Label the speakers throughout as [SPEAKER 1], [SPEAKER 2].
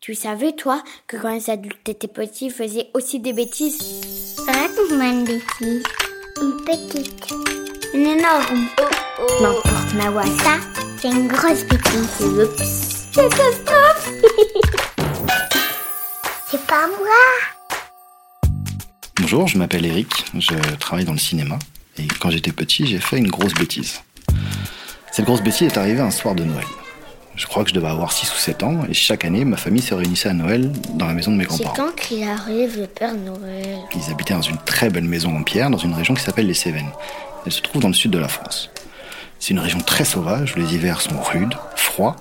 [SPEAKER 1] Tu savais, toi, que quand les adultes étaient petits, ils faisaient aussi des bêtises
[SPEAKER 2] Raconte-moi une bêtise. Une petite. Une énorme.
[SPEAKER 1] Oh, N'importe ma voix.
[SPEAKER 2] Ça, c'est une grosse bêtise.
[SPEAKER 1] Oups.
[SPEAKER 2] Catastrophe C'est pas moi
[SPEAKER 3] Bonjour, je m'appelle Eric, je travaille dans le cinéma et quand j'étais petit, j'ai fait une grosse bêtise. Cette grosse bêtise est arrivée un soir de Noël. Je crois que je devais avoir 6 ou 7 ans et chaque année, ma famille se réunissait à Noël dans la maison de mes
[SPEAKER 1] C'est
[SPEAKER 3] grands-parents.
[SPEAKER 1] quand qu'il arrive le Père Noël
[SPEAKER 3] Ils habitaient dans une très belle maison en pierre dans une région qui s'appelle les Cévennes. Elle se trouve dans le sud de la France. C'est une région très sauvage où les hivers sont rudes, froids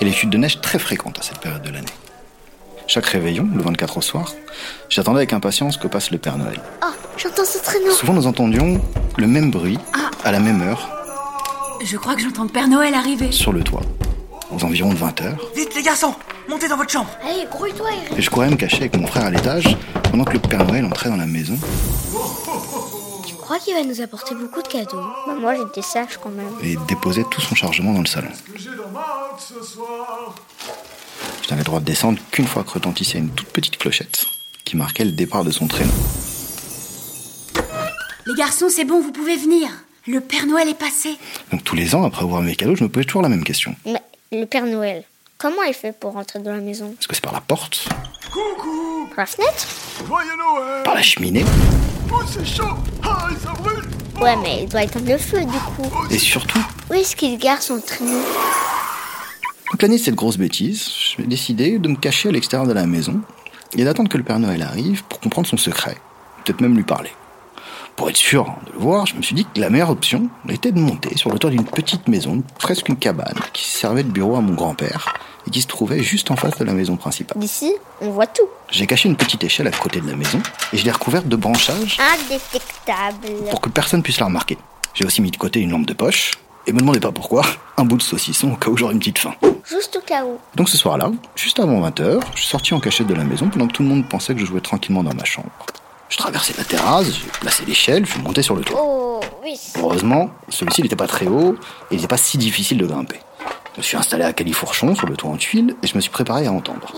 [SPEAKER 3] et les chutes de neige très fréquentes à cette période de l'année. Chaque réveillon, le 24 au soir, j'attendais avec impatience que passe le Père Noël.
[SPEAKER 2] Oh, j'entends ce traîneau.
[SPEAKER 3] Souvent nous entendions le même bruit, à la même heure,
[SPEAKER 4] Je crois que j'entends le Père Noël arriver.
[SPEAKER 3] sur le toit, aux environs de 20 heures,
[SPEAKER 5] Vite les garçons, montez dans votre chambre.
[SPEAKER 1] Allez, grouille-toi, Eric.
[SPEAKER 3] et je courais me cacher avec mon frère à l'étage pendant que le Père Noël entrait dans la maison.
[SPEAKER 1] Je crois qu'il va nous apporter beaucoup de cadeaux.
[SPEAKER 2] moi, j'étais sage quand même.
[SPEAKER 3] et déposait tout son chargement dans le salon. Je n'avais le droit de descendre qu'une fois que retentissait une toute petite clochette qui marquait le départ de son traîneau.
[SPEAKER 4] Les garçons, c'est bon, vous pouvez venir. Le Père Noël est passé.
[SPEAKER 3] Donc tous les ans, après avoir mes cadeaux, je me posais toujours la même question.
[SPEAKER 1] Mais le Père Noël, comment il fait pour rentrer dans la maison
[SPEAKER 3] Est-ce que c'est par la porte
[SPEAKER 5] Coucou,
[SPEAKER 1] Par la fenêtre
[SPEAKER 5] joyeux Noël.
[SPEAKER 3] Par la cheminée
[SPEAKER 5] Oh c'est chaud, ah ça brûle.
[SPEAKER 1] Ouais, mais il doit éteindre le feu, du coup.
[SPEAKER 3] Et surtout,
[SPEAKER 1] Où est-ce qu'il garde son traîneau
[SPEAKER 3] toute l'année, cette grosse bêtise, j'ai décidé de me cacher à l'extérieur de la maison et d'attendre que le Père Noël arrive pour comprendre son secret, peut-être même lui parler. Pour être sûr de le voir, je me suis dit que la meilleure option était de monter sur le toit d'une petite maison, presque une cabane, qui servait de bureau à mon grand-père et qui se trouvait juste en face de la maison principale.
[SPEAKER 1] D'ici, on voit tout.
[SPEAKER 3] J'ai caché une petite échelle à côté de la maison et je l'ai recouverte de branchages
[SPEAKER 2] Indétectable.
[SPEAKER 3] pour que personne puisse la remarquer. J'ai aussi mis de côté une lampe de poche et me demandez pas pourquoi, un bout de saucisson au cas où j'aurais une petite faim.
[SPEAKER 1] Juste au cas où.
[SPEAKER 3] Donc ce soir-là, juste avant 20h, je suis sorti en cachette de la maison pendant que tout le monde pensait que je jouais tranquillement dans ma chambre. Je traversais la terrasse, j'ai placé l'échelle, je suis monté sur le toit.
[SPEAKER 1] Oh, oui.
[SPEAKER 3] Heureusement, celui-ci n'était pas très haut et il n'était pas si difficile de grimper. Je me suis installé à califourchon sur le toit en tuile et je me suis préparé à entendre.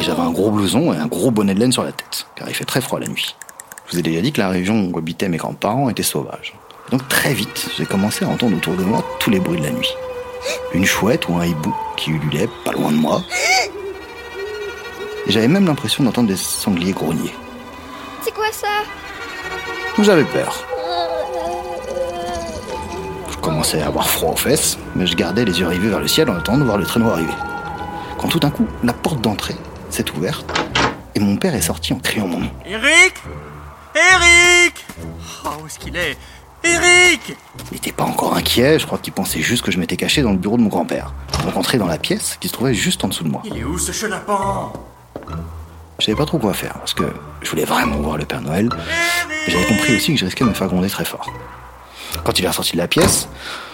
[SPEAKER 3] Et j'avais un gros blouson et un gros bonnet de laine sur la tête, car il fait très froid la nuit. Je vous ai déjà dit que la région où habitaient mes grands-parents était sauvage. Donc très vite, j'ai commencé à entendre autour de moi tous les bruits de la nuit. Une chouette ou un hibou qui ululait pas loin de moi. Et j'avais même l'impression d'entendre des sangliers grogner.
[SPEAKER 1] C'est quoi ça
[SPEAKER 3] Donc j'avais peur. Je commençais à avoir froid aux fesses, mais je gardais les yeux rivés vers le ciel en attendant de voir le traîneau arriver. Quand tout d'un coup, la porte d'entrée s'est ouverte et mon père est sorti en criant mon nom.
[SPEAKER 5] Eric, Eric. Oh où est-ce qu'il est Eric
[SPEAKER 3] Il n'était pas encore inquiet, je crois qu'il pensait juste que je m'étais caché dans le bureau de mon grand-père. Donc entré dans la pièce qui se trouvait juste en dessous de moi.
[SPEAKER 5] Il est où ce chenapan
[SPEAKER 3] Je savais pas trop quoi faire parce que je voulais vraiment voir le Père Noël. et J'avais compris aussi que je risquais de me faire gronder très fort. Quand il est ressorti de la pièce,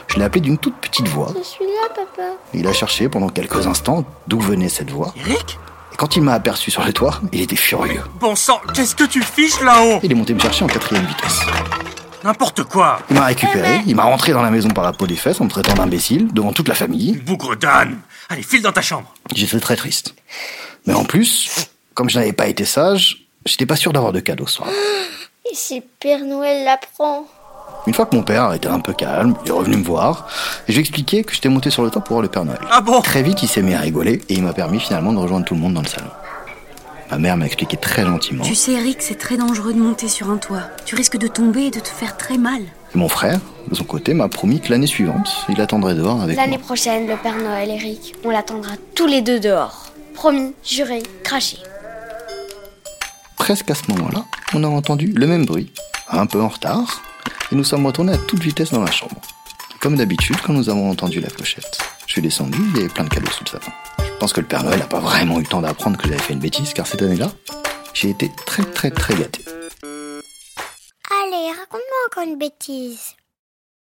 [SPEAKER 3] je l'ai appelé d'une toute petite voix.
[SPEAKER 1] Je suis là, papa.
[SPEAKER 3] Il a cherché pendant quelques instants d'où venait cette voix.
[SPEAKER 5] Eric
[SPEAKER 3] Et quand il m'a aperçu sur le toit, il était furieux.
[SPEAKER 5] Bon sang, qu'est-ce que tu fiches là-haut
[SPEAKER 3] Il est monté me chercher en quatrième vitesse.
[SPEAKER 5] N'importe quoi
[SPEAKER 3] Il m'a
[SPEAKER 5] Eh ben.
[SPEAKER 3] récupéré, il m'a rentré dans la maison par la peau des fesses en me traitant d'imbécile, devant toute la famille.
[SPEAKER 5] Bougre d'âne Allez, file dans ta chambre
[SPEAKER 3] J'étais très triste. Mais en plus, comme je n'avais pas été sage, j'étais pas sûr d'avoir de cadeau ce soir.
[SPEAKER 1] Et si le Père Noël l'apprend
[SPEAKER 3] Une fois que mon père était un peu calme, il est revenu me voir, et je lui ai expliqué que j'étais monté sur le toit pour voir le Père Noël.
[SPEAKER 5] Ah bon
[SPEAKER 3] Très vite, il s'est mis à rigoler, et il m'a permis finalement de rejoindre tout le monde dans le salon. Ma mère m'a expliqué très gentiment.
[SPEAKER 4] Tu sais, Eric, c'est très dangereux de monter sur un toit. Tu risques de tomber et de te faire très mal.
[SPEAKER 3] Et Mon frère, de son côté, m'a promis que l'année suivante, il attendrait dehors avec
[SPEAKER 1] L'année
[SPEAKER 3] moi.
[SPEAKER 1] prochaine, le Père Noël, Eric, on l'attendra tous les deux dehors. Promis, juré, craché.
[SPEAKER 3] Presque à ce moment-là, on a entendu le même bruit, un peu en retard, et nous sommes retournés à toute vitesse dans la chambre. Comme d'habitude, quand nous avons entendu la clochette, je suis descendu, il y avait plein de cadeaux sous le sapin. Je pense que le Père Noël n'a pas vraiment eu le temps d'apprendre que j'avais fait une bêtise, car cette année-là, j'ai été très très très gâté.
[SPEAKER 2] Allez, raconte-moi encore une bêtise.